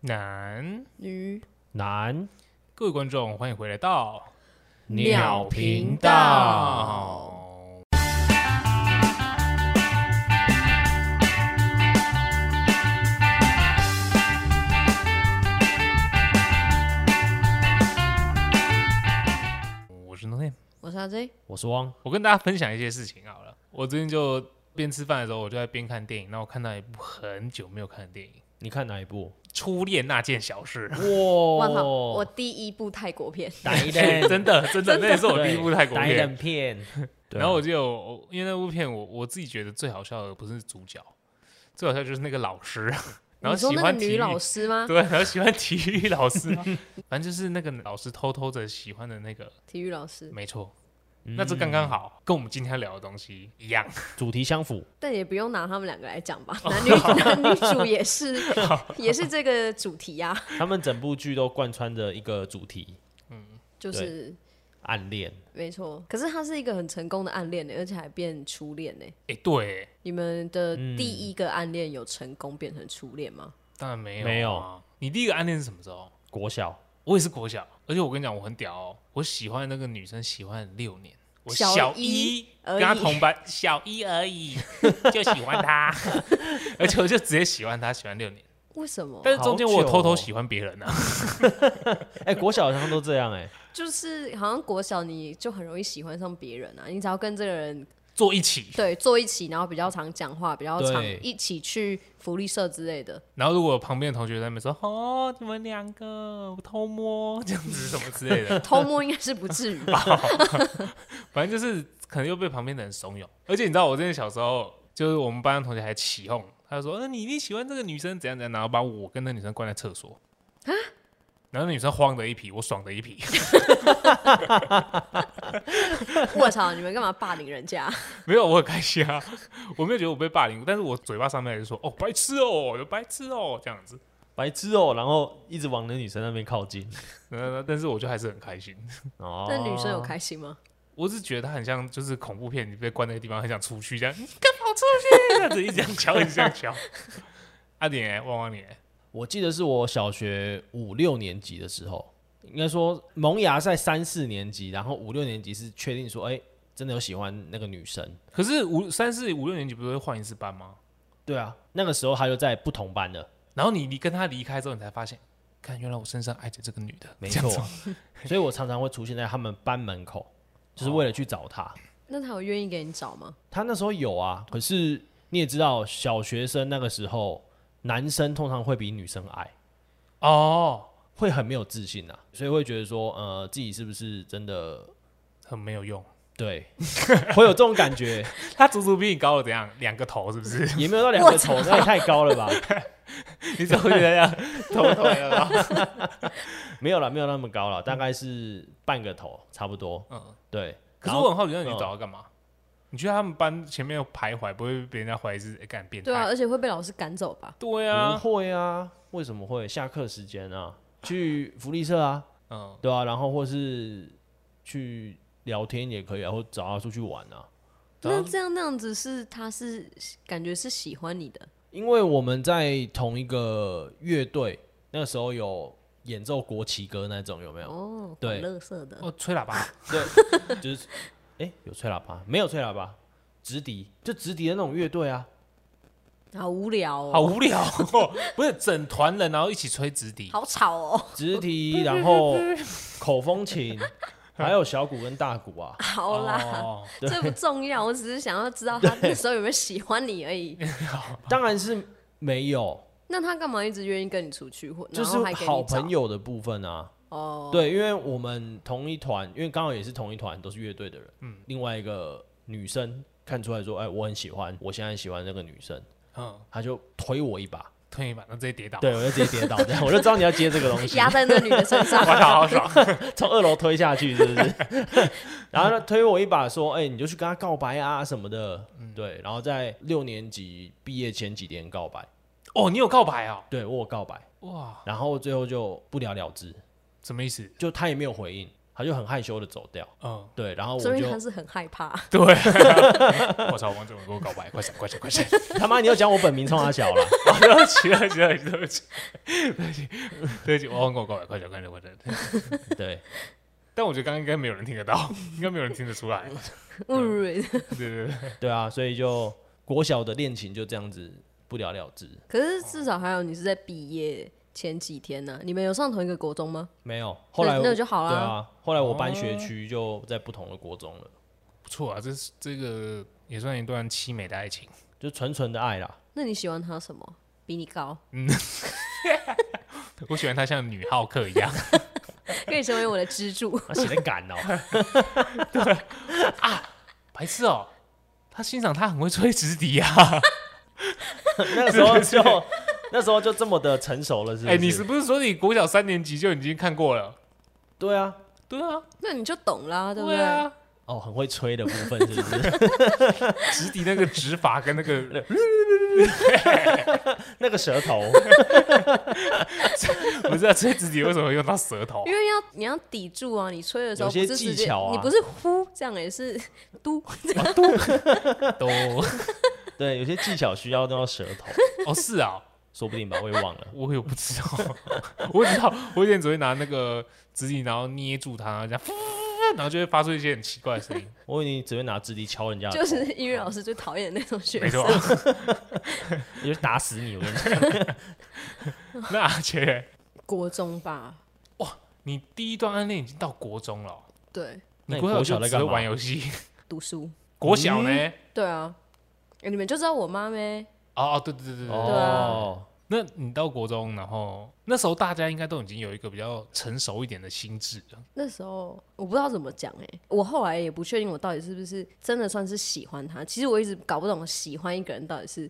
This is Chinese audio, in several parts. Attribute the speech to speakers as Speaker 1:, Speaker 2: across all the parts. Speaker 1: 男，
Speaker 2: 女
Speaker 3: 男
Speaker 1: 各位观众，欢迎回来到
Speaker 2: 鸟频道。
Speaker 1: 我是 No Name，
Speaker 2: 我是阿 J，
Speaker 3: 我是汪，
Speaker 1: 我跟大家分享一些事情好了。我最近就边吃饭的时候，我就在边看电影，那我看到一部很久没有看的电影《
Speaker 3: 你看哪一部？
Speaker 1: 初恋那件小事》哦
Speaker 2: 哇靠！我
Speaker 3: 哇，
Speaker 2: 第一部泰国片，
Speaker 3: 打一
Speaker 1: 对 真的真的，
Speaker 2: 真的
Speaker 1: 那也是我第一部泰国
Speaker 3: 打一
Speaker 1: 片。
Speaker 3: 等片。对啊
Speaker 1: 然后我就有，我因为那部片我我自己觉得最好笑的不是主角，最好笑就是那个老师，然后
Speaker 2: 你说
Speaker 1: 喜
Speaker 2: 那个
Speaker 1: 欢体
Speaker 2: 女
Speaker 1: 育
Speaker 2: 老师吗？
Speaker 1: 对，然后喜欢体育老师啊，反正就是那个老师偷偷的喜欢的那个，
Speaker 2: 体育老师，
Speaker 1: 没错，
Speaker 3: 嗯
Speaker 1: 那这刚刚好，跟我们今天要聊的东西一样。
Speaker 3: 主题相符，
Speaker 2: 但也不用拿他们两个来讲 吧，男女男女主也是也是这个主题啊呀，
Speaker 3: 他们整部剧都贯穿着一个主题
Speaker 2: 就是
Speaker 3: 暗恋。
Speaker 2: 没错。可是他是一个很成功的暗恋呢，而且还变初恋呢。欸
Speaker 1: 哎、对，
Speaker 2: 你们的
Speaker 1: 嗯
Speaker 2: 第一个暗恋有成功变成初恋吗？
Speaker 1: 当然没有、
Speaker 3: 没
Speaker 1: 有
Speaker 3: 有。
Speaker 1: 你第一个暗恋是什么时候？
Speaker 3: 国小
Speaker 1: 我也是国小，而且我跟你讲，我很屌哦，我喜欢那个女生喜欢了六年，我
Speaker 2: 小
Speaker 1: 一
Speaker 2: 一而
Speaker 1: 跟她
Speaker 2: 已
Speaker 1: 同班，小一而已就喜欢她， 而且我就直接喜欢她，喜欢六年。
Speaker 2: 为什么？
Speaker 1: 但是中间我有
Speaker 3: 好久
Speaker 1: 偷偷
Speaker 3: 哦
Speaker 1: 喜欢别人啊，
Speaker 3: 哎，国小好像都这样哎。
Speaker 2: 就是好像国小你就很容易喜欢上别人啊，你只要跟这个人
Speaker 1: 坐一起。
Speaker 2: 对，坐一起，然后比较常讲话，比较常
Speaker 3: 对
Speaker 2: 一起去福利社之类的。，
Speaker 1: 然后如果旁边的同学在那边说：“哦，你们两个偷摸这样子什么之类的
Speaker 2: 偷摸应该是不至于 吧？
Speaker 1: 反正就是可能又被旁边的人怂恿。而且你知道，我之前小时候就是我们班的同学还起哄，他就说：‘呃那你一定喜欢这个女生怎样怎样’，然后把我跟那女生关在厕所然后那女生慌的一匹，我爽的一匹。
Speaker 2: 我操，你们干嘛霸凌人家？
Speaker 1: 没有，我很开心啊，我没有觉得我被霸凌，但是我嘴巴上面还是说：‘哦，白痴哦，有白痴哦’这样子。
Speaker 3: 白痴哦，然后一直往那女生那边靠近。
Speaker 1: 呃，但是我就还是很开心。
Speaker 3: 哦，
Speaker 2: 那女生有开心吗？
Speaker 1: 我只觉得他很像，就是恐怖片，你被关在一个地方，很想出去，这样你干嘛我出去？ 这样子一直这样敲，一直这样敲。 阿你欸，旺旺你欸，
Speaker 3: 我记得是我小学五六年级的时候，应该说萌芽在三四年级，然后五六年级是确定说，哎、真的有喜欢那个女生。
Speaker 1: 可是五三四五六年级不是会换一次班吗？
Speaker 3: 对啊，那个时候她就在不同班了，
Speaker 1: 然后你你跟他离开之后，你才发现，看原来我身上爱着这个女的，
Speaker 3: 没
Speaker 1: 这样
Speaker 3: 错
Speaker 1: 子。
Speaker 3: 所以我常常会出现在他们班门口，就是为了去找她。
Speaker 2: 那她有愿意给你找吗？
Speaker 3: 她那时候有啊，可是你也知道，小学生那个时候，男生通常会比女生矮。
Speaker 1: 哦，
Speaker 3: 会很没有自信啊，所以会觉得说，呃，自己是不是真的
Speaker 1: 很没有用。
Speaker 3: 对，会有这种感觉，
Speaker 1: 他足足比你高了怎样？两个头是不 是？
Speaker 3: 也没有到两个头，那也太高了吧？
Speaker 1: 你怎么会觉得这样？头头
Speaker 3: 没有了，没有那么高了，大概是半个头差不多。
Speaker 1: 嗯
Speaker 3: 嗯，对。
Speaker 1: 可是
Speaker 3: 然
Speaker 1: 我
Speaker 3: 后
Speaker 1: 很好奇，那你
Speaker 3: 嗯
Speaker 1: 找他干嘛？你去他们班前面徘徊，不会被人家怀疑是哎干变态？
Speaker 2: 对啊，而且会被老师赶走吧？
Speaker 1: 对啊，
Speaker 3: 不会啊，为什么会？下课时间啊，去福利社啊，
Speaker 1: 嗯，
Speaker 3: 对啊，然后或是去聊天也可以啊，或找他出去玩啊。
Speaker 1: 对啊
Speaker 2: 那这样那样子是，她是感觉是喜欢你的，
Speaker 3: 因为我们在同一个乐队，那个时候有演奏国旗歌那种，有没有？
Speaker 2: 哦，
Speaker 3: 对
Speaker 2: 乐色的，
Speaker 1: 哦，吹喇叭。
Speaker 3: 对， 就是哎、有吹喇叭没有吹喇叭？直笛就直笛的那种乐队啊，
Speaker 2: 好无聊
Speaker 1: 好
Speaker 2: 哦，
Speaker 1: 无聊、哦，不是整团人然后一起吹直笛，
Speaker 2: 好吵哦，
Speaker 3: 直 笛，然后口风琴，还有小鼓跟大鼓啊。
Speaker 2: 好啦，
Speaker 1: 哦，
Speaker 2: 这不重要，我只是想要知道她那时候有没有喜欢你而已。
Speaker 3: 当然是没有，
Speaker 2: 那她干嘛一直愿意跟你出去，或
Speaker 3: 就
Speaker 2: 然
Speaker 3: 是
Speaker 2: 后还给你
Speaker 3: 好
Speaker 2: 找
Speaker 3: 朋友的部分啊。
Speaker 2: 哦？
Speaker 3: 对，因为我们同一团，因为刚好也是同一团，都是乐队的人。
Speaker 1: 嗯
Speaker 3: 另外一个女生看出来说：“哎，我很喜欢，我现在喜欢那个女生。
Speaker 1: 嗯，”
Speaker 3: 她就推我一把，
Speaker 1: 推一把，那直接跌倒，
Speaker 3: 对我就直接跌倒，这样我就知道你要接这个东西。
Speaker 2: 压在那女的身 上
Speaker 1: 我，操，好爽，
Speaker 3: 从二楼推下去，是不是？ 然后他推我一把，说：“哎、你就去跟他告白啊什么的。对，然后在六年级毕业前几天告白，
Speaker 1: 哦，你有告白哦，
Speaker 3: 对我有告白，
Speaker 1: 哇，
Speaker 3: 然后最后就不了了之，
Speaker 1: 什么意思？
Speaker 3: 就他也没有回应。他就很害羞的走掉。
Speaker 1: 嗯，
Speaker 3: 对，然后哦我
Speaker 2: 说 明他
Speaker 3: 就是
Speaker 2: 很害怕。
Speaker 1: 对啊，我操，王总给我搞白，快闪，快闪，快 闪！
Speaker 3: 他妈你又讲我本名冲他小了，
Speaker 1: 哦对不起，对不起，对不起，对不起，对不起，王总给我搞白，快闪，快闪，快闪！
Speaker 3: 对，
Speaker 1: 但我觉得刚刚应该没有人听得到，应该没有人听得出来。
Speaker 2: 嗯，
Speaker 1: 对对对，
Speaker 3: 对啊，所以就国小的恋情就这样子不了了之。
Speaker 2: 可是至少还有你是在毕业前几天呢、你们有上同一个国中吗？
Speaker 3: 没有，后来
Speaker 2: 那
Speaker 3: 我
Speaker 2: 那就好
Speaker 3: 对
Speaker 2: 啦。哦
Speaker 3: 啊，后来我搬学区就在不同的国中了，
Speaker 1: 不错啊，这是这个也算一段凄美的爱情。
Speaker 3: 就纯纯的爱 啦。
Speaker 2: 那你喜欢他什么？比你高，
Speaker 1: 我喜欢他像女浩克一 样
Speaker 2: 可以成为我的支柱。
Speaker 3: 啊，写的敢哦，
Speaker 1: 啊白痴哦，他欣赏他很会吹直笛啊。
Speaker 3: 那个时候就那时候就这么的成熟了，是不
Speaker 1: 哎、你是不是说你国小三年级就已经看过了？
Speaker 3: 对啊，
Speaker 1: 对啊，
Speaker 2: 那你就懂啦，对不
Speaker 1: 对啊，
Speaker 3: 哦，很会吹的部分是不是？
Speaker 1: 直笛那个指法跟那个
Speaker 3: 那个舌头，
Speaker 1: 不是啊，吹直笛为什么用到舌头啊
Speaker 2: 因？为要你要抵住啊，你吹的时候不
Speaker 3: 有些
Speaker 2: 是直
Speaker 3: 技
Speaker 2: 接，
Speaker 3: 巧啊
Speaker 2: 你不是呼这样、也是嘟，
Speaker 1: 都
Speaker 3: 对，有些技巧需要用到舌头，
Speaker 1: 哦是啊，
Speaker 3: 说不定吧，我也忘了。
Speaker 1: 我也不知道， 我只知道我以前只会拿那个直笛，然后捏住它，然后这样，然后就会发出一些很奇怪的声 音。
Speaker 3: 我以为你只会拿纸笛敲人家的头，
Speaker 2: 就是音乐老师最讨厌的那种学
Speaker 1: 没
Speaker 2: 生
Speaker 1: 错。，
Speaker 3: 我就打死你！我跟你 讲，
Speaker 1: 那阿杰，
Speaker 2: 国中吧，
Speaker 1: 你第一段暗恋已经到国中了哦，
Speaker 2: 对，
Speaker 1: 你
Speaker 3: 那你
Speaker 1: 国
Speaker 3: 国
Speaker 1: 小
Speaker 3: 小
Speaker 1: 就
Speaker 3: 在
Speaker 1: 只
Speaker 3: 干
Speaker 1: 会
Speaker 3: 嘛嗯
Speaker 1: 玩游戏，
Speaker 2: 读书，
Speaker 1: 国小呢？
Speaker 2: 对啊。欸你们就知道我妈咩？
Speaker 1: 哦哦，对对对对对，
Speaker 2: 啊
Speaker 3: 哦，
Speaker 1: 那你到国中，然后那时候大家应该都已经有一个比较成熟一点的心智了。
Speaker 2: 那时候我不知道怎么讲哎、我后来也不确定我到底是不是真的算是喜欢他。其实我一直搞不懂喜欢一个人到底是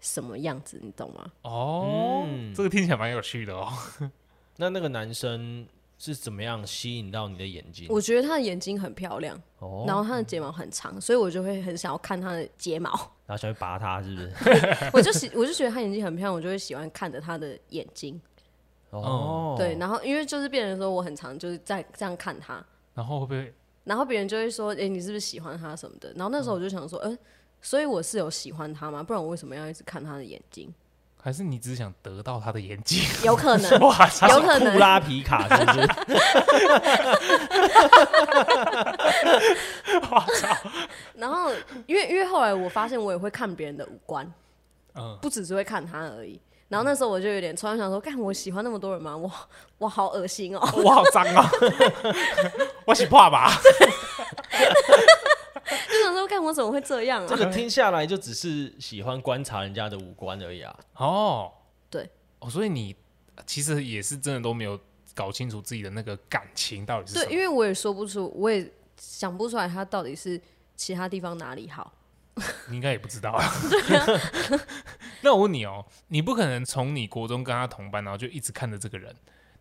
Speaker 2: 什么样子，你懂吗？
Speaker 1: 哦，
Speaker 3: 嗯
Speaker 1: 这个听起来蛮有趣的哦。
Speaker 3: 那那个男生是怎么样吸引到你的眼睛？
Speaker 2: 我觉得她的眼睛很漂亮，
Speaker 3: 哦，
Speaker 2: 然后她的睫毛很长，所以我就会很想要看她的睫毛。
Speaker 3: 然后想去拔他，是不是？
Speaker 2: 我就喜，我就觉得她眼睛很漂亮，我就会喜欢看着她的眼睛。
Speaker 3: 哦，
Speaker 2: 对，，然后因为就是变成说我很常就是在这样看她，
Speaker 1: 然后会不会？
Speaker 2: 然后别人就会说：“哎、你是不是喜欢他什么的？”然后那时候我就想说：“嗯、所以我是有喜欢他吗？不然我为什么要一直看他的眼睛？
Speaker 1: 还是你只想得到他的眼睛？
Speaker 2: 有可能，有
Speaker 1: 哇操！
Speaker 2: 可
Speaker 3: 库
Speaker 2: 能，
Speaker 3: 拉皮卡是不是？
Speaker 2: 然后因为因为后来我发现我也会看别人的五官，
Speaker 1: 嗯
Speaker 2: 不只是会看他而已。然后那时候我就有点突然想说：，干，我喜欢那么多人吗？我我好恶心哦！
Speaker 1: 我好脏 啊！我是怕吧？
Speaker 2: 就想说，干，我怎么会这样
Speaker 3: 这
Speaker 2: 啊？
Speaker 3: 个听下来就只是喜欢观察人家的五官而已啊。
Speaker 1: 哦，
Speaker 2: 对，
Speaker 1: 哦，所以你其实也是真的都没有搞清楚自己的那个感情到底是
Speaker 2: 对，
Speaker 1: 什
Speaker 2: 因
Speaker 1: 么。
Speaker 2: 为我也说不出，我也想不出来他到底是其他地方哪里好。
Speaker 1: 你应该也不知道啊。
Speaker 2: 啊
Speaker 1: 那我问你哦，你不可能从你国中跟他同班，然后就一直看着这个人，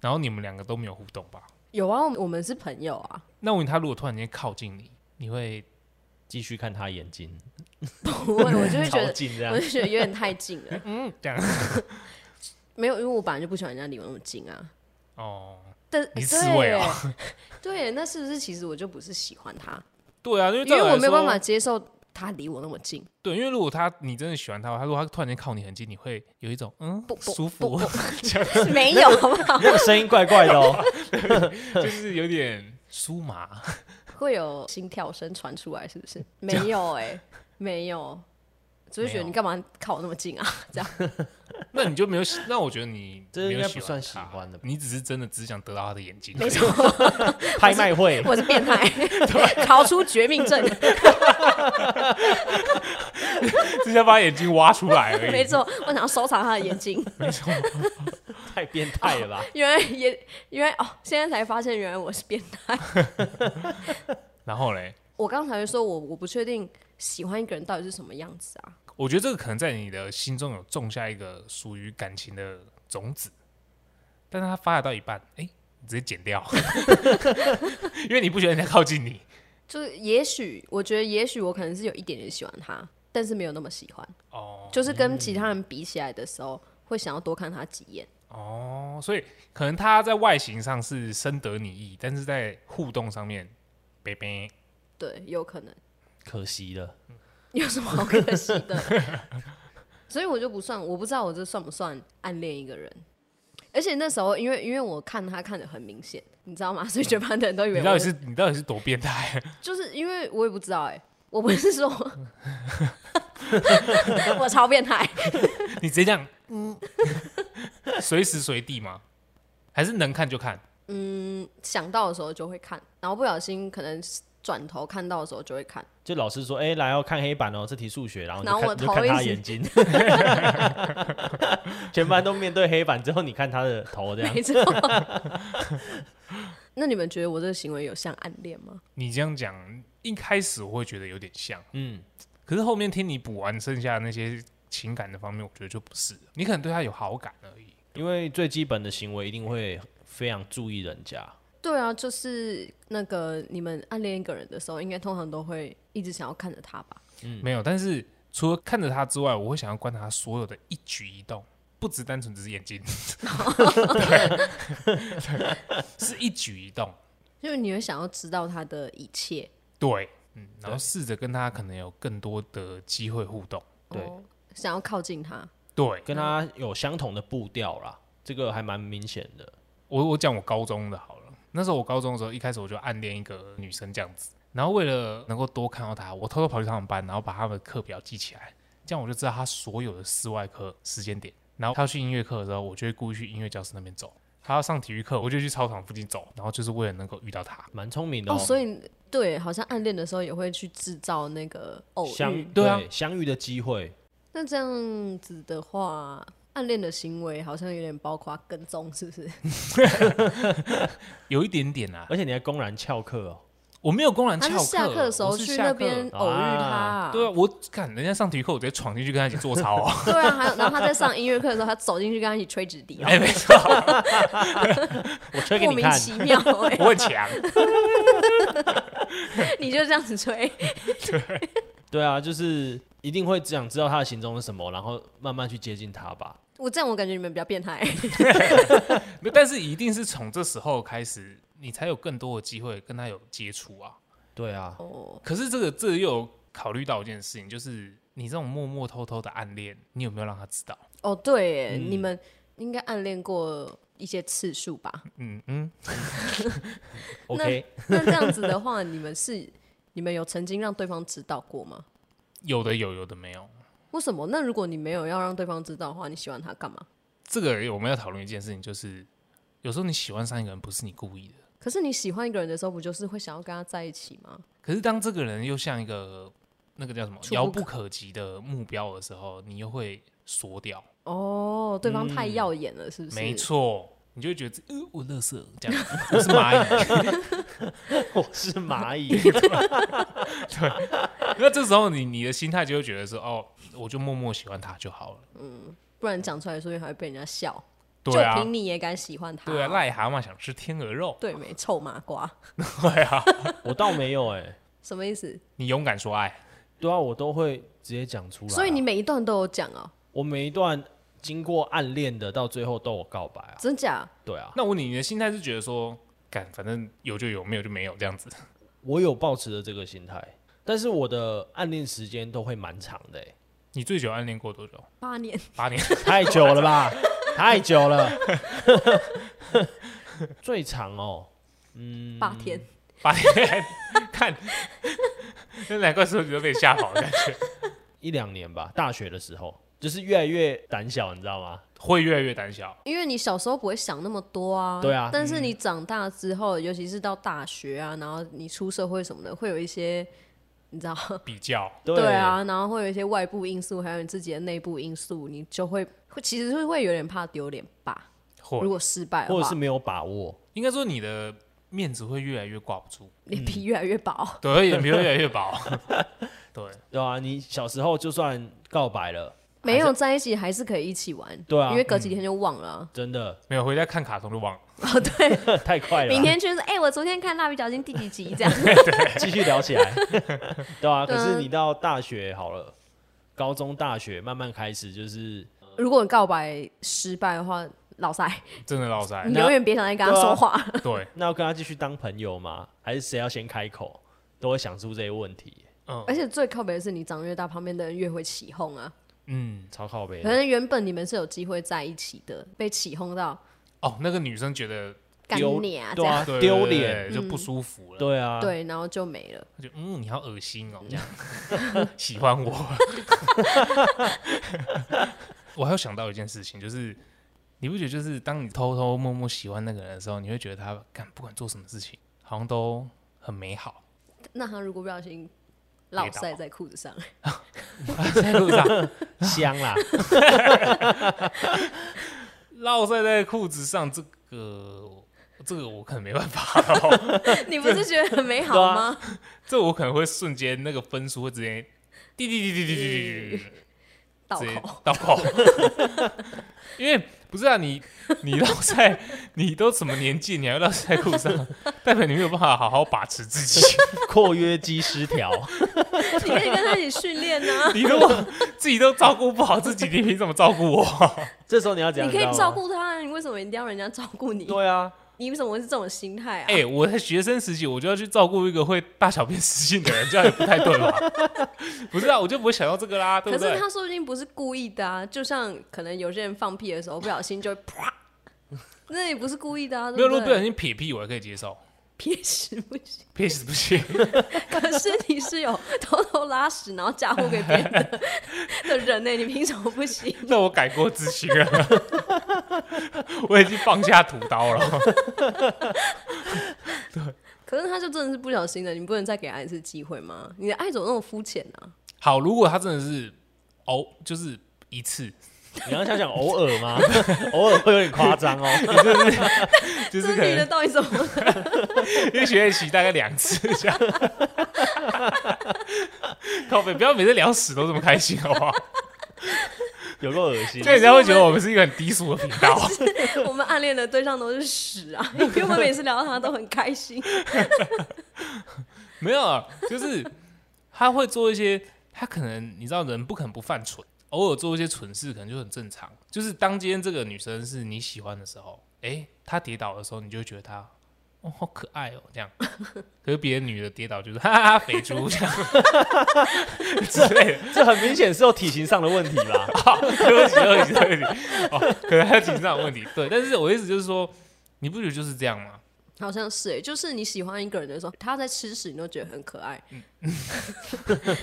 Speaker 1: 然后你们两个都没有互动吧？
Speaker 2: 有啊，我们是朋友啊，
Speaker 1: 那我问你，他如果突然间靠近你，你会
Speaker 3: 继续看他眼睛，
Speaker 2: 不会，我就会觉
Speaker 3: 超
Speaker 2: 得，
Speaker 3: 近这样
Speaker 2: 我。就觉得有点太近了。
Speaker 1: 嗯这样？
Speaker 2: 没有，因为我本来就不喜欢人家离我那么近啊。
Speaker 1: 哦，
Speaker 2: 但
Speaker 1: 你刺猬哦
Speaker 2: 对 耶，对，那是不是其实我就不是喜欢他，
Speaker 1: 对啊，因为
Speaker 2: 因为
Speaker 1: 照理来
Speaker 2: 我没有
Speaker 1: 说
Speaker 2: 办法接受他离我那么近，
Speaker 1: 对，因为如果他你真的喜欢他，他如果他突然间靠你很近，你会有一种嗯
Speaker 2: 不不
Speaker 1: 舒服
Speaker 2: 不，
Speaker 1: 这样
Speaker 2: 哦没有好不好？
Speaker 3: 那个声音怪怪的哦，
Speaker 1: 就是有点酥麻。
Speaker 2: 会有心跳声传出来，是不是？没有哎、 没有，只会觉得
Speaker 1: 没有
Speaker 2: 你干嘛靠我那么近 啊？
Speaker 1: 那你就没有喜，那我觉得你
Speaker 3: 这应
Speaker 1: 没
Speaker 3: 该
Speaker 1: 有
Speaker 3: 不算喜
Speaker 1: 喜
Speaker 3: 欢的吧
Speaker 1: 你只是真的只想得到他的眼睛。
Speaker 2: 没错，
Speaker 3: 拍卖会
Speaker 2: 我是变态，逃出绝命 镇，
Speaker 1: 只想把眼睛挖出来而已。
Speaker 2: 没，错，我想要收藏他的眼 睛。
Speaker 1: 没错。
Speaker 3: 太变态了吧？
Speaker 2: 原来也原来哦，现在才发现原来我是变态。
Speaker 1: 然后嘞，
Speaker 2: 我刚才说我我不确定喜欢一个人到底是什么样子啊。
Speaker 1: 我觉得这个可能在你的心中有种下一个属于感情的种子，但是它发芽到一半，哎、你直接剪 掉，因为你不喜欢人家靠近你。
Speaker 2: 就是也许，我觉得也许我可能是有一点点喜欢他，但是没有那么喜欢，
Speaker 1: 哦，
Speaker 2: 就是跟其他人比起来的时候，会想要多看他几眼。
Speaker 1: 哦，所以可能他在外形上是深得你意，但是在互动上面，bé bé
Speaker 2: 对，有可能
Speaker 3: 可惜了，
Speaker 2: 有什么好可惜的？ 所以我就不算，我不知道我这算不算暗恋一个人。而且那时候，因为因为我看他看得很明显，你知道吗？所 以全班的人都以
Speaker 1: 你
Speaker 2: 为我
Speaker 1: 到底是你到底是多变态？啊
Speaker 2: 就是因为我也不知道哎、我不是说 我超变态，
Speaker 1: 你直接这样，嗯，随时随地吗？还是能看就看？
Speaker 2: 想到的时候就会看，然后不小心可能转头看到的时候就会 看。
Speaker 3: 就老师说，哎、来要看黑板哦，这题数学，然后你
Speaker 2: 然
Speaker 3: 就
Speaker 2: 后
Speaker 3: 看
Speaker 2: 我
Speaker 3: 你就
Speaker 2: 头
Speaker 3: 看
Speaker 2: 一
Speaker 3: 他
Speaker 2: 直
Speaker 3: 眼睛， 全班都面对黑板之后，你看他的头这样
Speaker 2: 没，错。 那你们觉得我这个行为有像暗恋吗？
Speaker 1: 你这样讲，一开始我会觉得有点像，
Speaker 3: 嗯，
Speaker 1: 可是后面听你补完剩下那些情感的方面，我觉得就不是。你可能对他有好感而已。
Speaker 3: 因为最基本的行为一定会非常注意人家，
Speaker 2: 对啊，就是那个你们暗恋一个人的时候，应该通常都会一直想要看着他吧？
Speaker 1: 没有，但是除了看着他之外，我会想要观察他所有的一举一动，不只单纯只是眼睛，对对是一举一动，
Speaker 2: 就是你会想要知道他的一切。
Speaker 1: 对，嗯，然后试着跟他可能有更多的机会互动，
Speaker 3: 对
Speaker 2: 哦，想要靠近他。
Speaker 1: 对
Speaker 3: 跟他有相同的步调啦，这个还蛮明显的。
Speaker 1: 我我讲我高中的好了，那时候我高中的时候，一开始我就暗恋一个女生这样子，然后为了能够多看到她，我偷偷跑去他们班，然后把他们的课表记起来，这样我就知道她所有的室外课时间点。然后她要去音乐课的时候，我就会故意去音乐教室那边走；她要上体育课，我就去操场附近走，然后就是为了能够遇到她。
Speaker 3: 蛮聪明的
Speaker 2: 哦，所
Speaker 3: 以
Speaker 2: 以对，好像暗恋的时候也会去制造那个偶
Speaker 3: 相
Speaker 2: 遇。
Speaker 1: 对啊
Speaker 3: 相遇的机会，
Speaker 2: 那这样子的话，暗恋的行为好像有点包括跟踪，是不是？
Speaker 1: 有一点点啊，
Speaker 3: 而且你还公然翘课哦，
Speaker 1: 我没有公然
Speaker 2: 他
Speaker 1: 翘
Speaker 2: 是下课的时候
Speaker 1: 我是
Speaker 2: 去
Speaker 1: 下
Speaker 2: 那
Speaker 1: 课
Speaker 2: 边偶遇他、
Speaker 3: 啊
Speaker 1: 对啊，我看人家上体育课，我直接闯进去跟他一起做操、 哦。
Speaker 2: 对啊，还有然后他在上音乐课的时候，他走进去跟他一起吹纸笛、哦，
Speaker 1: 哎，没错，
Speaker 3: 我吹给
Speaker 2: 莫
Speaker 3: 你
Speaker 2: 名
Speaker 3: 看，
Speaker 2: 其妙、 哎，
Speaker 1: 我很强。
Speaker 2: 你就这样子吹，
Speaker 3: 对啊，就是一定会想知道他的行踪是什么，然后慢慢去接近他吧。
Speaker 2: 我这样我感觉你们比较 变态、
Speaker 1: 没有但是一定是从这时候开始，你才有更多的机会跟他有接触啊。
Speaker 3: 对啊，
Speaker 2: 哦，
Speaker 1: 可是这个这个又有考虑到一件事情，就是你这种默默偷偷的暗恋，你有没有让他知道？
Speaker 2: 哦，对、
Speaker 1: 嗯
Speaker 2: 哎你们应该暗恋过一些次数吧？
Speaker 1: 嗯嗯，
Speaker 3: OK，
Speaker 2: 那这样子的话，你们是你们有曾经让对方知道过吗？
Speaker 1: 有的有，有的没有。
Speaker 2: 为什么？那如果你没有要让对方知道的话，你喜欢他干嘛？
Speaker 1: 这个我们要讨论一件事情，就是有时候你喜欢上一个人不是你故意的，
Speaker 2: 可是你喜欢一个人的时候，不就是会想要跟他在一起吗？
Speaker 1: 可是当这个人又像一个那个叫什么
Speaker 2: 触不
Speaker 1: 遥
Speaker 2: 可
Speaker 1: 不可及的目标的时候，你又会缩掉。
Speaker 2: 哦，对方太耀眼了，是不
Speaker 1: 嗯
Speaker 2: 是？
Speaker 1: 没错。你就会觉得，呃，我乐色这 样，我是蚂蚁。
Speaker 3: 我是蚂蚁，
Speaker 1: 那这时候你你的心态就会觉得说，哦，我就默默喜欢他就好了。
Speaker 2: 不然讲出来，说不定还会被人家笑。
Speaker 1: 对啊
Speaker 2: 就，凭你也敢喜欢他？
Speaker 1: 对啊，癞蛤蟆想吃天鹅肉。
Speaker 2: 对没臭麻瓜，
Speaker 1: 对啊，
Speaker 3: 我倒没有哎、
Speaker 2: 什么意思？
Speaker 1: 你勇敢说爱，
Speaker 3: 对啊，我都会直接讲出来啊、
Speaker 2: 所以你每一段都有讲哦，
Speaker 3: 我每一段经过暗恋的，到最后都有告白啊。
Speaker 2: 真假？
Speaker 3: 对啊，
Speaker 1: 那我问你，你的心态是觉得说，干，反正有就有，没有就没有这样子。
Speaker 3: 我有抱持着这个心态，但是我的暗恋时间都会蛮长的、欸，
Speaker 1: 你最久暗恋过多久？
Speaker 2: 八年，
Speaker 1: 八年。
Speaker 3: 太久了吧， 太久了， 最长哦，
Speaker 2: 八天，
Speaker 1: 八年， 看， 那难怪说你都被吓跑了， 感觉
Speaker 3: 一两年吧，大学的时候，就是越来越胆小，你知道吗？
Speaker 1: 会越来越胆小。
Speaker 2: 因为你小时候不会想那么多啊。
Speaker 3: 对啊
Speaker 2: 但是你长大之后，尤其是到大学啊，然后你出社会什么的，会有一些，你知道。
Speaker 1: 比较，
Speaker 3: 对
Speaker 2: 对啊，然后会有一些外部因素，还有你自己的内部因素，你就会会其实是会有点怕丢脸吧。
Speaker 1: 或
Speaker 2: 如果失败的
Speaker 3: 或者
Speaker 2: 话
Speaker 3: 是，没有把握，
Speaker 1: 应该说你的面子会越来越挂不住，
Speaker 2: 脸
Speaker 3: 嗯
Speaker 2: 皮越来越薄。
Speaker 1: 对，眼皮会越来越薄。 对，
Speaker 3: 对啊，你小时候就算告白了，
Speaker 2: 没有在一起还是可以一起玩，
Speaker 3: 对啊
Speaker 2: 因为隔几天就忘了啊。
Speaker 3: 真的
Speaker 1: 没有回家看卡通就忘了。
Speaker 2: 哦，对，
Speaker 3: 太快了啊，
Speaker 2: 明天就是哎、我昨天看《蜡笔小新》第几集这样。
Speaker 3: 继续聊起来， 对啊。
Speaker 2: 对
Speaker 3: 可
Speaker 2: 啊
Speaker 3: 是你到大学好了，高中、大学慢慢开始就是
Speaker 2: 如果你告白失败的话，老 塞，
Speaker 1: 真的老塞
Speaker 2: 你
Speaker 3: 那。
Speaker 2: 永远别想再跟他
Speaker 3: 对啊
Speaker 2: 说话。
Speaker 1: 对，
Speaker 3: 那要跟他继续当朋友吗？还是谁要先开口？都会想出这些问题，
Speaker 1: 嗯
Speaker 2: 而且最靠北的是，你长越大，旁边的人越会起哄啊。
Speaker 1: 嗯，
Speaker 3: 超靠背
Speaker 2: 可。能原本你们是有机会在一起的，被起哄到
Speaker 1: 哦，那个女生觉得
Speaker 2: 干
Speaker 3: 丢
Speaker 2: 你啊这
Speaker 3: 对
Speaker 2: 样，
Speaker 3: 啊
Speaker 1: 对，
Speaker 3: 丢
Speaker 1: 对
Speaker 3: 脸，
Speaker 1: 对就不舒服了。
Speaker 3: 对啊，
Speaker 2: 对，然后就没了。
Speaker 1: 她就嗯，你好恶心哦，这样 喜欢我。我还有想到一件事情，就是你不觉得，就是当你偷偷摸摸喜欢那个人的时候，你会觉得他干不管做什么事情，好像都很美好。
Speaker 2: 那他如果不小心老塞在裤 子上，
Speaker 1: 在路上
Speaker 3: 香啊啦，
Speaker 1: 落塞在裤子上，这个这个我可能没办法哦，
Speaker 2: 你不是觉得很美好
Speaker 3: 啊对啊
Speaker 2: 吗？
Speaker 1: 这我可能会瞬间那个分数会直接滴滴滴滴滴滴滴滴滴，
Speaker 2: 倒
Speaker 1: 直接
Speaker 2: 口，
Speaker 1: 倒扣， 因为不是啊，你你落塞，你都什么年纪，你还落塞裤上，代表你没有办法好好把持自己。
Speaker 3: 括约肌失调，
Speaker 2: 你可以跟他一起训练啊呢。
Speaker 1: 你如果自己都照顾不好自己，你凭什么照顾我？
Speaker 3: 这时候你要怎样？
Speaker 2: 你可
Speaker 3: 知道
Speaker 2: 以
Speaker 3: 吗
Speaker 2: 照。顾他，啊你为什么一定要人家照顾你？
Speaker 3: 对啊，
Speaker 2: 你为什么会是这种心态啊？
Speaker 1: 哎、我在学生时期，我就要去照顾一个会大小便失禁的人，这样也不太对吧？ 不是啊，我就不会想到这个啦，对
Speaker 2: 可
Speaker 1: 不对
Speaker 2: 是？他说不定不是故意的啊，就像可能有些人放屁的时候不小心就会 啪，那也不是故意的啊，
Speaker 1: 没有，
Speaker 2: 对
Speaker 1: 如果
Speaker 2: 不
Speaker 1: 不小
Speaker 2: 对？
Speaker 1: 心撇屁，我还可以接受。
Speaker 2: 撇屎不行。
Speaker 1: 撇屎不行，
Speaker 2: 可是你是有偷偷拉屎然后嫁祸给别 人的的人呢、你凭什么不行？
Speaker 1: 那我改过自新了， 我已经放下屠刀了。
Speaker 2: 可是他就真的是不小心的，你不能再给他一次机会吗？你的爱怎么那么肤浅啊呢？
Speaker 1: 好，如果他真的是哦，就是一 次，
Speaker 3: 你要想想偶尔吗？ 偶尔会有点夸张哦。
Speaker 1: 就
Speaker 2: 这
Speaker 1: 是
Speaker 2: 是
Speaker 1: 可
Speaker 2: 你的
Speaker 1: 能
Speaker 2: 到底怎么？
Speaker 1: 一个学期大概两次 这样。靠北，不要每次聊屎都这么开心，好不 好？
Speaker 3: 有够恶心
Speaker 1: 这。样人家会觉得我们是一个很低俗的频道。
Speaker 2: 我们暗恋的对象都是屎啊！因为我们每次聊到他都很开心，
Speaker 1: 没有，啊，就是他会做一些，他可能你知道，人不可能不犯蠢，偶尔做一些蠢事可能就很正常。就是当今天这个女生是你喜欢的时候，诶，她跌倒的时候，你就会觉得她哦好可爱哦这样。可是别的女的跌倒就是哈哈哈肥猪这样之类的，
Speaker 3: 这很明显是有体型上的问题吧？
Speaker 1: 好，对不起对不起对不起，哦，可能她情上有问题。对，但是我的意思就是说，你不觉得就是这样吗？
Speaker 2: 好像是哎、就是你喜欢一个人的时候，他在吃屎，你都觉得很可爱。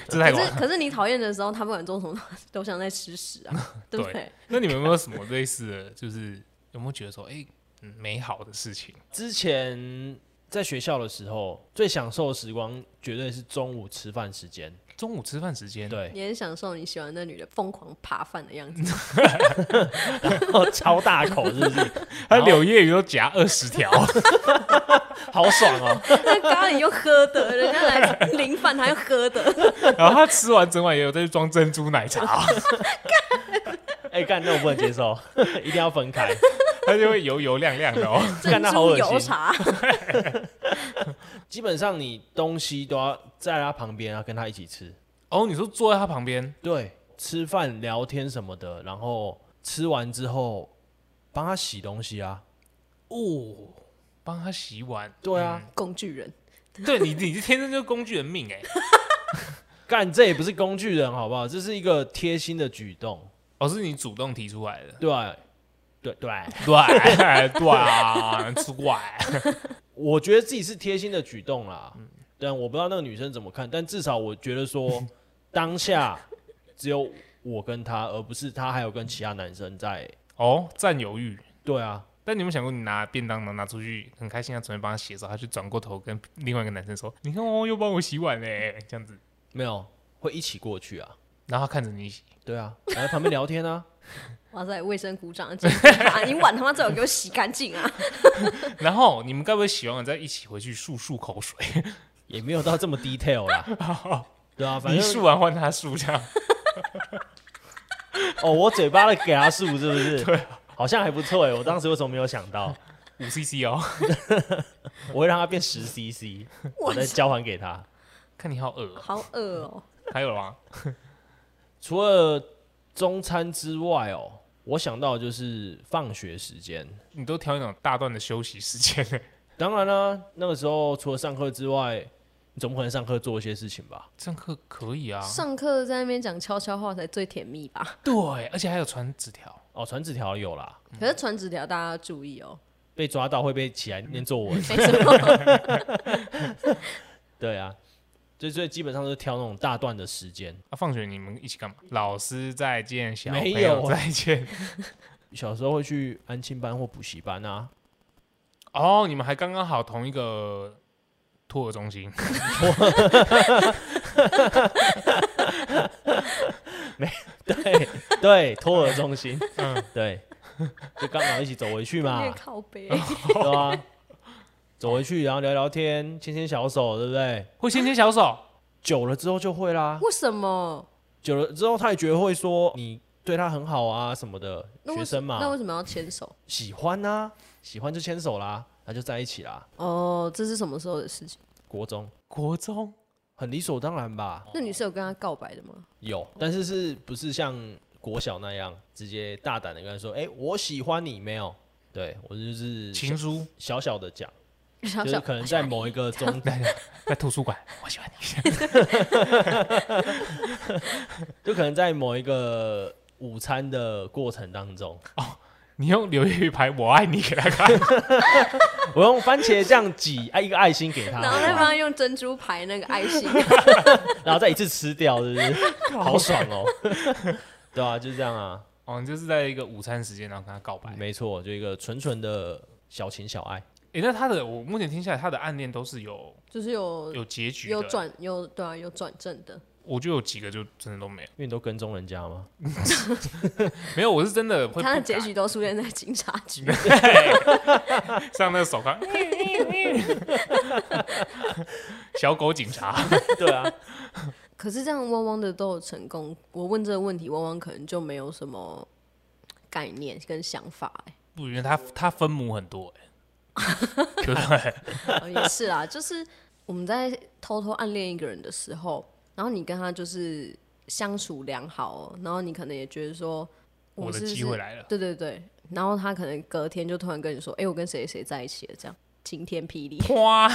Speaker 1: 这太
Speaker 2: 可
Speaker 1: 夸
Speaker 2: 是
Speaker 1: 张。
Speaker 2: 可是你讨厌的时候，他不管做什么 都像在吃屎 啊，对不对？
Speaker 1: 那你们有没有什么类似的，就是有没有觉得说，诶，嗯美好的事情？
Speaker 3: 之前在学校的时候，最享受的时光绝对是中午吃饭时间。
Speaker 1: 中午吃饭时间，，
Speaker 3: 对，
Speaker 2: 你很享受你喜欢那女的疯狂扒饭的样子，
Speaker 3: 超大口是不是？
Speaker 1: 他柳叶鱼都夹二十条，
Speaker 3: 好爽哦！
Speaker 2: 那咖喱又喝的，人家来淋饭他又喝 的，
Speaker 1: 然后他吃完整碗也有在装珍珠奶 茶，
Speaker 3: 哎，干那我不能接受， 一定要分开。
Speaker 1: 他就会油油亮亮的哦。
Speaker 2: 珍
Speaker 3: 干他好
Speaker 2: 珠
Speaker 3: 恶
Speaker 2: 油
Speaker 3: 心
Speaker 2: 茶，
Speaker 3: 基本上你东西都要在他旁边啊，跟他一起吃。
Speaker 1: 哦，你说坐在他旁边，
Speaker 3: 对，吃饭聊天什么的，然后吃完之后帮他洗东西啊。
Speaker 1: 哦，帮他洗碗，嗯
Speaker 3: 对啊，
Speaker 2: 工具人。
Speaker 1: 对你，你天生就是工具人命哎、
Speaker 3: 干这也不是工具人好不好？这是一个贴心的举动，
Speaker 1: 哦，是你主动提出来的，
Speaker 3: 对吧对对。
Speaker 1: 对对啊，出怪，
Speaker 3: 我觉得自己是贴心的举动啦，但我不知道那个女生怎么看，但至少我觉得说当下只有我跟她，而不是她还有跟其他男生在。
Speaker 1: 哦，占有欲。
Speaker 3: 对啊，
Speaker 1: 但你有没有想过，你拿便当拿拿出去，很开心，他啊准备帮他洗的时候，他就转过头跟另外一个男生说：“你看哦，又帮我洗碗嘞、这样子。
Speaker 3: 没有会一起过去啊。
Speaker 1: 然后他看着你洗，
Speaker 3: 对啊，然后在旁边聊天 啊，
Speaker 2: 哇塞，卫生鼓掌的真的啊！你碗他妈最好给我洗干净 啊！
Speaker 1: 然后你们该不会洗完碗再一起回去漱漱口水？
Speaker 3: 也没有到这么 detail 啦。对啊，反
Speaker 1: 你
Speaker 3: 正
Speaker 1: 数完换他数这样，
Speaker 3: 哦，我嘴巴的给她数是不是？ 对、好像还不错哎、我当时为什么没有想 到？
Speaker 1: 五 CC 哦，
Speaker 3: 我会让她变十 CC，我再交还给她。
Speaker 1: 看你好恶、啊哦。
Speaker 2: 好恶哦、
Speaker 1: 还有吗？
Speaker 3: 除了中餐之外哦，我想到的就是放学时间。
Speaker 1: 你都挑那种大段的休息时间、
Speaker 3: 当然啦、啊那个时候除了上课之外，你总不可能上课做一些事情吧？
Speaker 1: 上课可以啊。
Speaker 2: 上课在那边讲悄悄话才最甜蜜吧？
Speaker 1: 对，而且还有传纸条。
Speaker 3: 哦，传纸条有啦，
Speaker 2: 可是传纸条大家要注意 哦。
Speaker 3: 被抓到会被起来念作 文。
Speaker 2: 没错，
Speaker 3: 对啊，所以所以基本上都是挑那种大段的时间。
Speaker 1: 啊，放学你们一起干嘛？老师再见，小朋
Speaker 3: 没
Speaker 1: 友
Speaker 3: 有
Speaker 1: 再见。
Speaker 3: 小时候会去安亲班或补习班啊，
Speaker 1: 哦，你们还刚刚好同一个托儿中心，
Speaker 3: 对对，托儿中心，
Speaker 1: 嗯
Speaker 3: 对，就刚好一起走回 去
Speaker 2: 有点
Speaker 3: 嘛，
Speaker 2: 靠 背。
Speaker 3: 对啊，走回去然后聊聊天，牵牵小手，对不对？
Speaker 1: 会牵牵小手。
Speaker 3: 久了之后就会啦，
Speaker 2: 为什么？
Speaker 3: 久了之后他也觉得会说你对他很好啊什么的，
Speaker 2: 那
Speaker 3: 学
Speaker 2: 为什
Speaker 3: 生
Speaker 2: 么？那为
Speaker 3: 嘛，
Speaker 2: 什么要牵手？
Speaker 3: 喜欢啊，喜欢就牵手啦，那就在一起啦。
Speaker 2: 哦，这是什么时候的事情？
Speaker 3: 国中
Speaker 1: 国中
Speaker 3: 很理所当然吧，
Speaker 2: 那你是有跟他告白的 吗？
Speaker 3: 有，但是是不是像国小那样直接大胆的跟他说，哎、我喜欢你没有？对我就是
Speaker 1: 情书
Speaker 3: 小小的讲，
Speaker 2: 小
Speaker 3: 就是
Speaker 2: 小
Speaker 3: 可能在某一个中
Speaker 1: 在图书馆，我喜欢你。
Speaker 3: 就可能在某一个午餐的过程当中，
Speaker 1: 你用柳叶鱼牌“我爱你”给他看，
Speaker 3: 我用番茄酱挤啊爱一个爱心给他，
Speaker 2: 然后再帮他用珍珠牌 那个爱心，
Speaker 3: 然后再一次吃掉，是不 是？好爽哦！ 对啊，就是这样啊，
Speaker 1: 哦，你就是在一个午餐时间，然后跟他告白。诶、
Speaker 3: 没错，就一个纯纯的小情小爱。
Speaker 1: 那他的我目前听下来，他的暗恋都是有
Speaker 2: 就是有
Speaker 1: 有结局的。
Speaker 2: 呃有，转有对啊有转正的，
Speaker 1: 我就有几个就真的都没有。
Speaker 3: 因为你都跟踪人家吗？
Speaker 1: 没有，我是真的会不
Speaker 2: 他的
Speaker 1: 敢
Speaker 2: 结局都出现在警察 局。
Speaker 1: 上那个手铐， 小狗警察。
Speaker 3: 对啊，
Speaker 2: 可是这样汪汪的都有成功，我问这个问题，汪汪可能就没有什么概念跟想法、欸。
Speaker 1: 不，因为他他分母很多、欸，对不对？
Speaker 2: 哦也是啦，就是我们在偷偷暗恋一个人的时候，然后你跟他就是相处良好、哦，然后你可能也觉得说，
Speaker 1: 我的
Speaker 2: 是不是
Speaker 1: 机会
Speaker 3: 啊
Speaker 1: 来了
Speaker 2: 对对对，然后他可能隔天就突然跟你说，哎、我跟谁谁在一起了，这样晴天 霹 雳。
Speaker 1: 哇，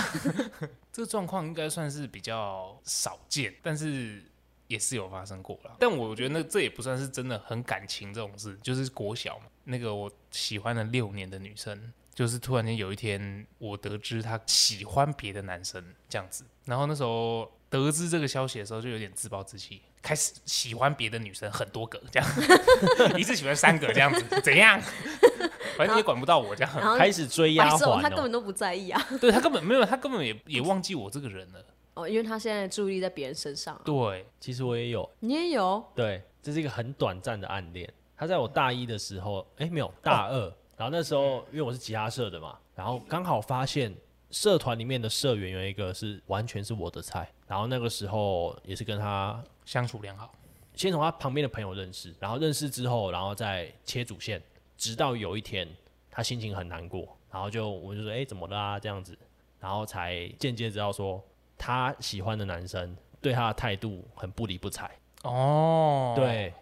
Speaker 1: 这个状况应该算是比较少见，但是也是有发生过了。但我觉得那这也不算是真的很感情这种事，就是国小嘛，那个我喜欢了六年的女生，就是突然间有一天我得知她喜欢别的男生这样子，然后那时候得知这个消息的时候就有点自暴自弃。开始喜欢别的女生很多个这样， 一次喜欢三个这样子，怎样？ 反正你也管不到我这样。
Speaker 2: 然后
Speaker 3: 开始追
Speaker 2: 白
Speaker 3: 丫
Speaker 2: 痴哦，他
Speaker 3: 鬟
Speaker 2: 根
Speaker 3: 哦，
Speaker 2: 本都不在意 啊。
Speaker 1: 对他根本没有，他根本也也忘记我这个人了。
Speaker 3: 嗯
Speaker 2: 哦，因为他现在注意力在别人身上、啊。
Speaker 1: 对，
Speaker 3: 其实我也有，
Speaker 2: 你也 有
Speaker 3: 对，这是一个很短暂的暗恋。他在我大一的时候，哎、没有大二，然后那时候因为我是吉他社的嘛，然后刚好发现社团里面的社员有一个是完全是我的菜，然后那个时候也是跟他
Speaker 1: 相处良好。
Speaker 3: 先从他旁边的朋友认识，然后认识之后，然后再切主线，直到有一天他心情很难过，然后就我就说，哎、怎么啦、这样子，然后才间接知道说他喜欢的男生对他的态度很不理不睬。
Speaker 1: 哦，，
Speaker 3: 对，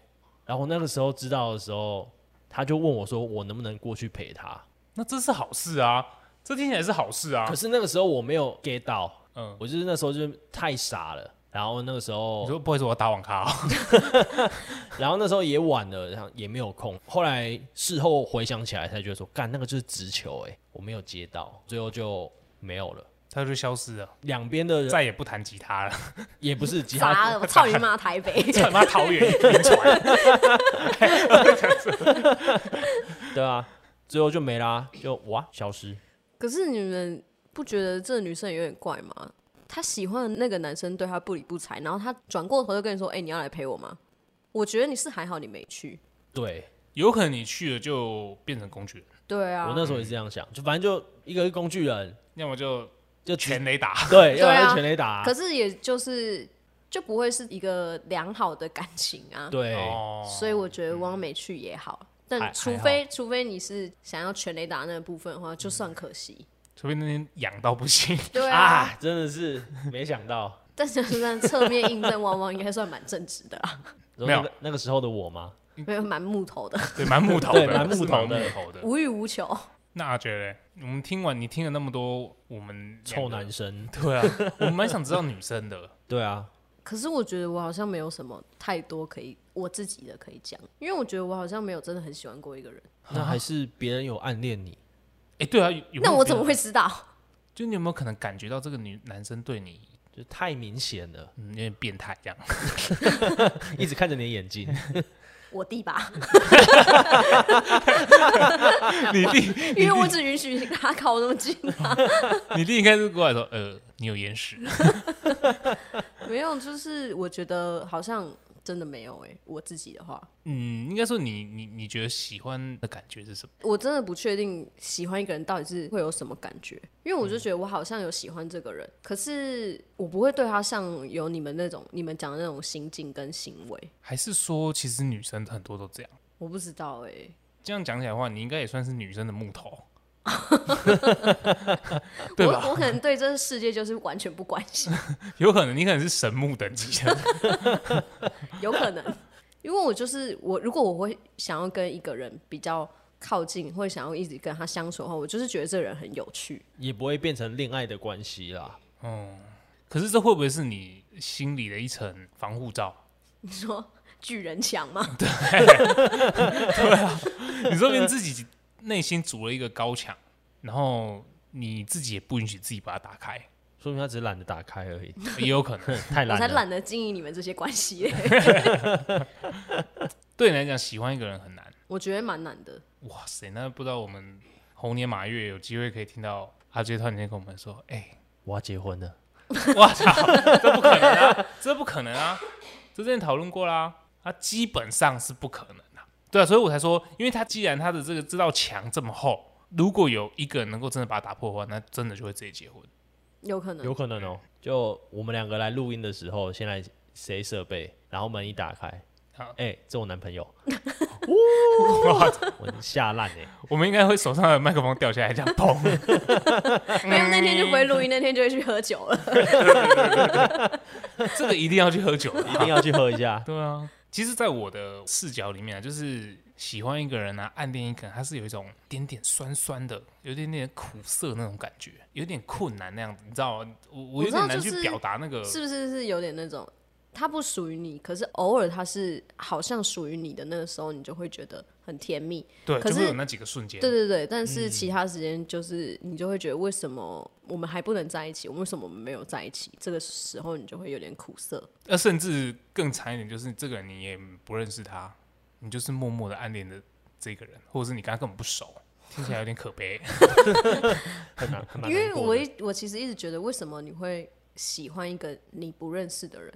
Speaker 3: 然后那个时候知道的时候，他就问我说我能不能过去陪他，
Speaker 1: 那这是好事啊，这听起来是好事啊
Speaker 3: 可。是那个时候我没有 get 到，
Speaker 1: 嗯，
Speaker 3: 我就是那时候就是太傻了。然后那个时
Speaker 1: 你
Speaker 3: 候，
Speaker 1: 说不会说我打网咖、哦？
Speaker 3: 然后那时候也晚了，然后也没有空。后来事后回想起来，才觉得说，干那个就是直球、欸，我没有接到，最后就没有了。
Speaker 1: 他就消失了，
Speaker 3: 两边的人
Speaker 1: 再也不弹吉他了，
Speaker 3: 也不是吉
Speaker 2: 砸
Speaker 3: 他，
Speaker 2: 了，我操你妈台北！
Speaker 1: 他妈桃园一晕船。
Speaker 3: 对啊，最后就没啦，就哇消失。
Speaker 2: 可是你们不觉得这女生有点怪吗？她喜欢的那个男生对她不理不睬，然后她转过头就跟你说：“哎、你要来陪我吗？”我觉得你是还好你没去。
Speaker 3: 对
Speaker 1: 有可能你去了就变成工具人，
Speaker 2: 对
Speaker 3: 我
Speaker 2: 啊，
Speaker 3: 那时候也是这样想，就反正就一个是工具人，
Speaker 1: 要么就
Speaker 3: 就直
Speaker 1: 全雷打。
Speaker 3: 对，要不
Speaker 2: 对
Speaker 3: 然
Speaker 2: 啊
Speaker 3: 就全雷打、
Speaker 2: 可是也就是就不会是一个良好的感情啊。
Speaker 3: 对，
Speaker 1: 哦，
Speaker 2: 所以我觉得汪美去也好，但
Speaker 3: 还
Speaker 2: 除非除非你是想要全雷达那部分的话，就算可惜。
Speaker 1: 除非那天痒到不 行，
Speaker 2: 对啊，
Speaker 3: 啊，真的是没想 到，
Speaker 2: 但是这样侧面印证汪汪应该算蛮正直的啦。啊
Speaker 3: 然后
Speaker 1: 没有
Speaker 3: 那个那个时候的我吗？
Speaker 1: 嗯
Speaker 2: 没有蛮木头的，
Speaker 1: 对，蛮木头的，
Speaker 3: 对蛮
Speaker 1: 是
Speaker 3: 木头的
Speaker 1: 蛮木头的。
Speaker 2: 无欲无求。
Speaker 1: 那阿觉嘞，我们听完你听了那么多，我们两
Speaker 3: 臭
Speaker 1: 个
Speaker 3: 男，生，
Speaker 1: 对啊，我蛮想知道女生的。
Speaker 3: 对啊，
Speaker 2: 可是我觉得我好像没有什么太多可以我自己的可以讲，因为我觉得我好像没有真的很喜欢过一个人。
Speaker 3: 那还是别人有暗恋你，
Speaker 1: 哎，对啊，有有没有
Speaker 2: 那我怎
Speaker 1: 别的
Speaker 2: 么会？知道？
Speaker 1: 就你有没有可能感觉到这个女男生对你
Speaker 3: 就太明显 了，
Speaker 1: 嗯有点变态这样？
Speaker 3: 一直看着你的眼睛，
Speaker 2: 我弟吧，
Speaker 1: 你弟，
Speaker 2: 因为我只允许他靠那么近啊。
Speaker 1: 你弟应该是过来说，呃，你有眼屎。
Speaker 2: 没有，就是我觉得好像真的没有哎、我自己的话，
Speaker 1: 嗯，应该说你你你觉得喜欢的感觉是什么？
Speaker 2: 我真的不确定喜欢一个人到底是会有什么感觉，因为我就觉得我好像有喜欢这个人，可是我不会对他像有你们那种你们讲的那种心境跟行为，
Speaker 1: 还是说其实女生很多都这样？
Speaker 2: 我不知道哎、
Speaker 1: 这样讲起来的话，你应该也算是女生的木头， 对吧？
Speaker 2: 我我可能对这个世界就是完全不关心，
Speaker 1: 有可能你可能是神木等级的，
Speaker 2: 有可能，因为我就是我，如果我会想要跟一个人比较靠近，或者想要一直跟他相处的话，我就是觉得这个人很有趣。
Speaker 3: 也不会变成恋爱的关系啦。
Speaker 1: 可是这会不会是你心里的一层防护罩？
Speaker 2: 你说巨人强吗？
Speaker 1: 你说明自己内心筑了一个高墙，然后你自己也不允许自己把它打开，
Speaker 3: 说明他只是懒得打开 而已，
Speaker 1: 也有可能。
Speaker 3: 太
Speaker 2: 我才
Speaker 3: 懒了。
Speaker 2: 懒得经营你们这些关系 嘞、
Speaker 1: 对你来讲，喜欢一个人很难。
Speaker 2: 我觉得蛮难的。
Speaker 1: 哇塞，那不知道我们猴年马月有机会可以听到阿杰突然间跟我们说：“哎、
Speaker 3: 我要结婚了，
Speaker 1: 我操，这不可能啊，这不可能啊， 这之前讨论过啦，他基本上是不可能的、啊。”对啊，所以我才说，因为他既然他的这个这道墙这么厚，如果有一个人能够真的把它打破的话，那真的就会直接结婚。
Speaker 2: 有可能，
Speaker 3: 有可能哦。就我们两个来录音的时候，先来谁设备，然后门一打开
Speaker 1: 好，
Speaker 3: 哎，这我 男朋友，哇，我吓烂哎。
Speaker 1: 我们应该会手上的麦克风掉下来，这样砰。
Speaker 2: 没有那天就不会录
Speaker 3: 嗯
Speaker 2: 音，那天就会去喝酒了。
Speaker 1: 这个一定要去喝酒的啊，。
Speaker 3: 一定要去喝一下
Speaker 1: 对啊，其实，在我的视角里面啊，就是喜欢一个人啊，暗恋一个人，他是有一种点点酸酸的，有一点点苦涩那种感觉，有点困难那样子，你知道吗？我我有
Speaker 2: 知道
Speaker 1: 点难
Speaker 2: 就
Speaker 1: 去
Speaker 2: 是
Speaker 1: 表达那个，
Speaker 3: 嗯
Speaker 2: 是不是是有点那种，他不属于你，可是偶尔他是好像属于你的那个时候，你就会觉得很甜蜜。
Speaker 1: 对，
Speaker 2: 可
Speaker 1: 就会
Speaker 2: 是
Speaker 1: 有那几个瞬间，
Speaker 2: 对对对，但
Speaker 3: 嗯
Speaker 2: 是其他时间就是你就会觉得为什么我们还不能在一起？为什么我们没有在一起？这个时候你就会有点苦涩。
Speaker 1: 呃，甚至更惨一点，就是这个人你也不认识他，你就是默默的暗恋的这个人，或者是你跟他根本不熟，听起来有点可悲。
Speaker 3: 很难，很 难
Speaker 2: 因为
Speaker 3: 过的
Speaker 2: 我一我其实一直觉得，为什么你会喜欢一个你不认识的人？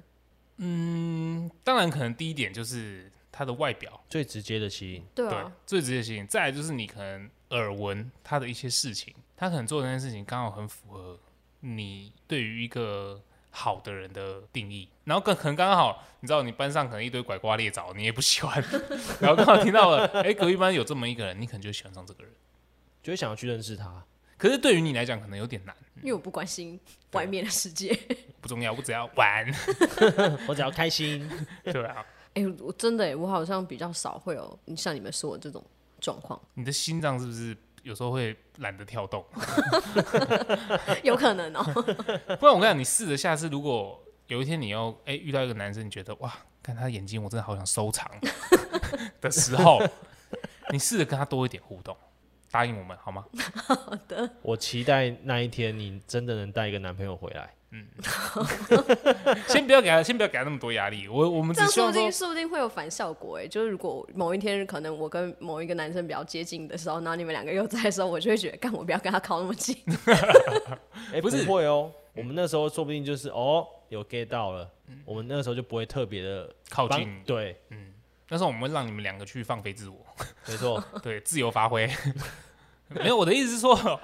Speaker 1: 嗯当然，可能第一点就是他的外表。
Speaker 3: 最直接的吸引，
Speaker 2: 对
Speaker 1: 对
Speaker 2: 啊，，
Speaker 1: 最直接的吸引。再来就是你可能耳闻他的一些事情，他可能做的那件事情刚好很符合你对于一个好的人的定义，然后更可能刚好你知道你班上可能一堆拐瓜裂枣，你也不喜欢， 然后刚好听到了，哎、隔壁班有这么一个人，你可能就喜欢上这个人。
Speaker 3: 就会想要去认识他。
Speaker 1: 可是对于你来讲，可能有点难，
Speaker 2: 因为我不关心外面的世界。
Speaker 1: 不重要，我只要玩，
Speaker 3: 我只要开心，
Speaker 1: 对啊。
Speaker 2: 哎、我真的、欸，我好像比较少会有你像你们说的这种状况，
Speaker 1: 你的心脏是不是有时候会懒得跳动？
Speaker 2: 有可能哦、
Speaker 1: 不然我跟你讲，你试着下次，如果有一天你要哎、遇到一个男生，你觉得哇，看他的眼睛，我真的好想收 藏的时候，你试着跟他多一点互动，答应我们 好吗？
Speaker 3: 我期待那一天你真的能带一个男朋友回来。
Speaker 1: 先不要给他，先不要给他那么多压力。我 我们
Speaker 2: 这
Speaker 1: 只
Speaker 2: 样
Speaker 1: 希
Speaker 2: 说
Speaker 1: 望
Speaker 2: 不
Speaker 1: 说
Speaker 2: 定，说不定会有反效果、欸。哎，就是如果某一天可能我跟某一个男生比较接近的时候，然后你们两个又在的时候，我就会觉得，干我不要跟他靠那 么近。
Speaker 3: 哎、不
Speaker 1: 是
Speaker 3: 会哦，我们那时候说不定就是哦，有 get 到了，我们那个时候就不会特别的
Speaker 1: 靠近
Speaker 3: 对，
Speaker 1: 但是我们会让你们两个去放飞 自我，
Speaker 3: 没错，
Speaker 1: 对，自由发挥。没有，我的意思是说，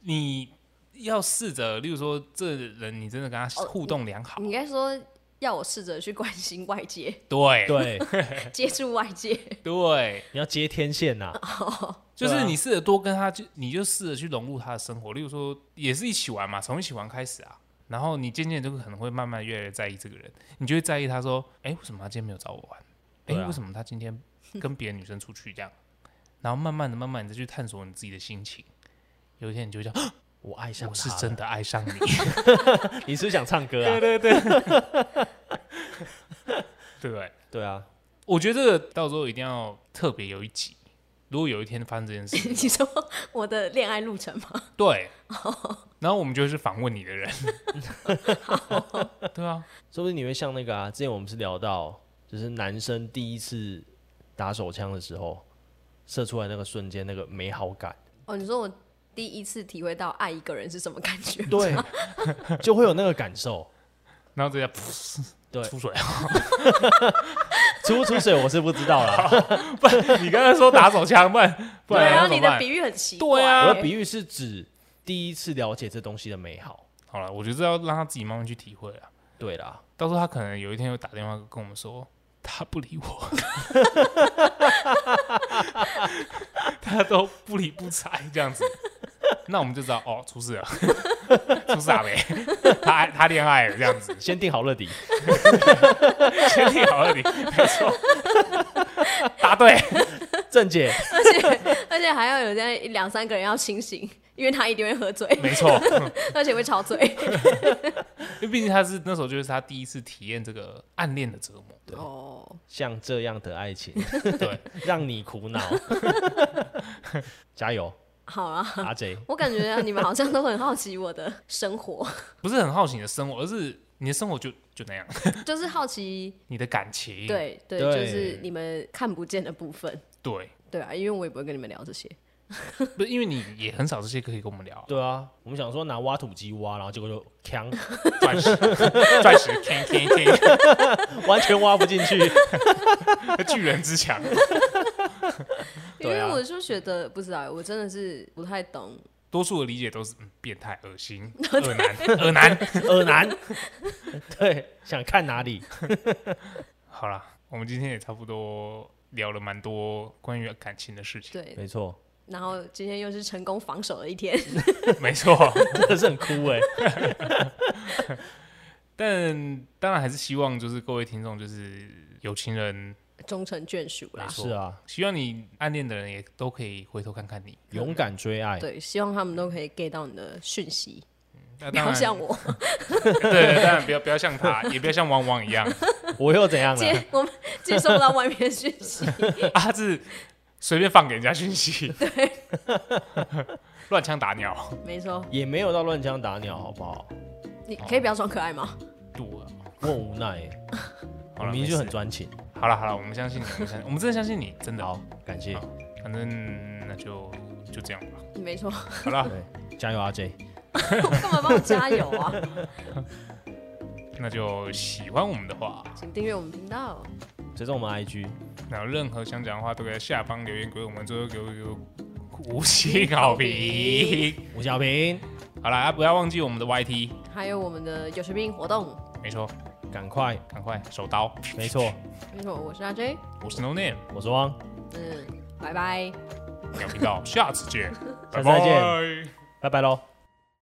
Speaker 1: 你要试着，例如说，这人你真的跟他
Speaker 2: 哦
Speaker 1: 互动良好，
Speaker 2: 你应该说要我试着去关心外界，
Speaker 1: 对
Speaker 3: 对，
Speaker 2: 接触外界。
Speaker 1: 对，
Speaker 3: 你要接天 线呐、啊
Speaker 1: 就是你试着多跟他，就你就试着去融入他的生活，例如说也是一起玩嘛，从一起玩开始啊，然后你渐渐就可能会慢慢越来越在意这个人，你就会在意他说，哎、为什么他今天没有找我玩？哎、
Speaker 3: 对啊
Speaker 1: 为什么他今天跟别的女生出去这样， 然后慢慢的、慢慢的再去探索你自己的心情。有一天你就会 想，
Speaker 3: 我爱上
Speaker 1: 我
Speaker 3: 他
Speaker 1: 是
Speaker 3: 了
Speaker 1: 真，的爱 上你。
Speaker 3: 你是不是想唱歌
Speaker 1: 对
Speaker 3: 啊？
Speaker 1: 对对，对，
Speaker 3: 对啊，
Speaker 1: 我觉得这个到时候一定要特别有一集，如果有一天发生这件事，
Speaker 2: 你说我的恋爱路程吗？
Speaker 1: 对，
Speaker 3: 哦
Speaker 1: 然后我们就是访问你 的人， 对啊，
Speaker 3: 说不定你会像那个啊，之前我们是聊到，就是男生第一次打手枪的时候，射出来那个瞬间那个美好感，
Speaker 2: 哦，你说我第一次体会到爱一个人是什么感觉？
Speaker 3: 对， 就会有那个感受。
Speaker 1: 然后直接噗
Speaker 3: 对
Speaker 1: 出水。
Speaker 3: 出不出水我是不知道啦，
Speaker 1: 你刚才说打手枪，不 然不
Speaker 2: 对
Speaker 1: 然
Speaker 2: 啊，
Speaker 1: 要怎
Speaker 2: 你
Speaker 1: 么
Speaker 2: 的
Speaker 1: 办？
Speaker 2: 比喻很奇怪。哎
Speaker 1: 对啊
Speaker 3: 我的比喻是指第一次了解这东西的美好。
Speaker 1: 好了，我觉得要让他自己慢慢去体会啊。
Speaker 3: 对啦，
Speaker 1: 到时候他可能有一天会打电话跟我们说，他不理我， 他都不理不睬这样子，那我们就知道哦，出事了， 出事了没？他爱他恋爱了这样子，
Speaker 3: 先定好乐迪，
Speaker 1: 先听好了你，没错，答对，
Speaker 3: 郑姐，
Speaker 2: 而且 而且还要有这样一两三个人要清醒，因为他一定会喝醉，
Speaker 1: 没错，
Speaker 2: 而且会吵嘴。
Speaker 1: 因为毕竟他是那时候就是他第一次体验这个暗恋的折磨，
Speaker 2: 哦，
Speaker 3: 像这样的爱情
Speaker 1: 对，
Speaker 3: 让你苦恼，加油，
Speaker 2: 好啊，
Speaker 3: 阿 J，
Speaker 2: 我感觉你们好像都很好奇我的生活，
Speaker 1: 不是很好奇你的生活，而是你的生活就就那样，
Speaker 2: 就是好奇，
Speaker 1: 你的感情，
Speaker 2: 对对，
Speaker 3: 对
Speaker 2: 就是你们看不见的部分。
Speaker 1: 对，
Speaker 2: 对啊，因为我也不会跟你们聊这些。
Speaker 1: 不是因为你也很少这些可以跟我们聊啊，
Speaker 3: 对啊，我们想说拿挖土机挖，然后结果就锵，
Speaker 1: 钻石，钻石，天天天，
Speaker 3: 完全挖不进去。
Speaker 1: 巨人之强。
Speaker 2: 因
Speaker 3: 对
Speaker 2: 为
Speaker 3: 啊
Speaker 2: 我就觉得不知道，我真的是不太懂。
Speaker 1: 多数的理解都是、嗯、变态、恶 心、恶男、 恶男。
Speaker 3: 耳男， 对，想看哪里？
Speaker 1: 好啦，我们今天也差不多聊了蛮多关于感情的事情，
Speaker 2: 对，
Speaker 3: 没错，
Speaker 2: 然后今天又是成功防守的一天，
Speaker 1: 没错。
Speaker 3: 真的是很酷哎、
Speaker 1: 但当然还是希望就是各位听众就是有情人，
Speaker 2: 终成眷属啦
Speaker 1: 没。错
Speaker 3: 是啊，
Speaker 1: 希望你暗恋的人也都可以回头看看你。
Speaker 3: 勇敢追爱，
Speaker 2: 对，希望他们都可以 get 到你的讯息，
Speaker 1: 那
Speaker 2: 不
Speaker 1: 当
Speaker 2: 要
Speaker 1: 然，
Speaker 2: 像我。
Speaker 1: 对，对当然不要不要像他，也不要像汪汪一样，
Speaker 3: 我又怎样了？
Speaker 2: 接我们接收不到外面的讯息，
Speaker 1: 阿志啊随便放给人家讯息，对，乱枪打鸟。
Speaker 2: 没错，
Speaker 3: 也没有到乱枪打鸟，好不好？
Speaker 2: 你可以不要装可爱 吗？
Speaker 1: 度了。
Speaker 3: 我很无奈、欸，我
Speaker 1: 好了，
Speaker 3: 明明就
Speaker 1: 没
Speaker 3: 很
Speaker 1: 事嗯
Speaker 3: 专情。
Speaker 1: 好了好了，我们相信你，我们相信，我们真的相信你，真的。
Speaker 3: 好，，感谢，
Speaker 1: 好反正那就就这样吧。
Speaker 2: 没错，
Speaker 1: 好了，
Speaker 3: 对，加油阿 J，
Speaker 2: 干嘛帮我加油啊？
Speaker 1: 那就喜欢我们的话，
Speaker 2: 请订阅我们频道，
Speaker 3: 追踪我们 IG，
Speaker 1: 然后任何想讲的话都可以在下方留言给我们，最后给我一个五星好评。
Speaker 3: 吴小平，
Speaker 1: 好了，啊不要忘记我们的 YT，
Speaker 2: 还有我们的有学兵活动。
Speaker 1: 没错，
Speaker 3: 赶快，
Speaker 1: 赶快手刀。
Speaker 3: 没错，
Speaker 2: 没错，我是阿 J，
Speaker 1: 我是 No Name，
Speaker 3: 我是汪，
Speaker 2: 嗯，拜拜。
Speaker 1: 鸟频道，下次见，
Speaker 3: 下次再见
Speaker 1: 拜拜
Speaker 3: 拜拜喽。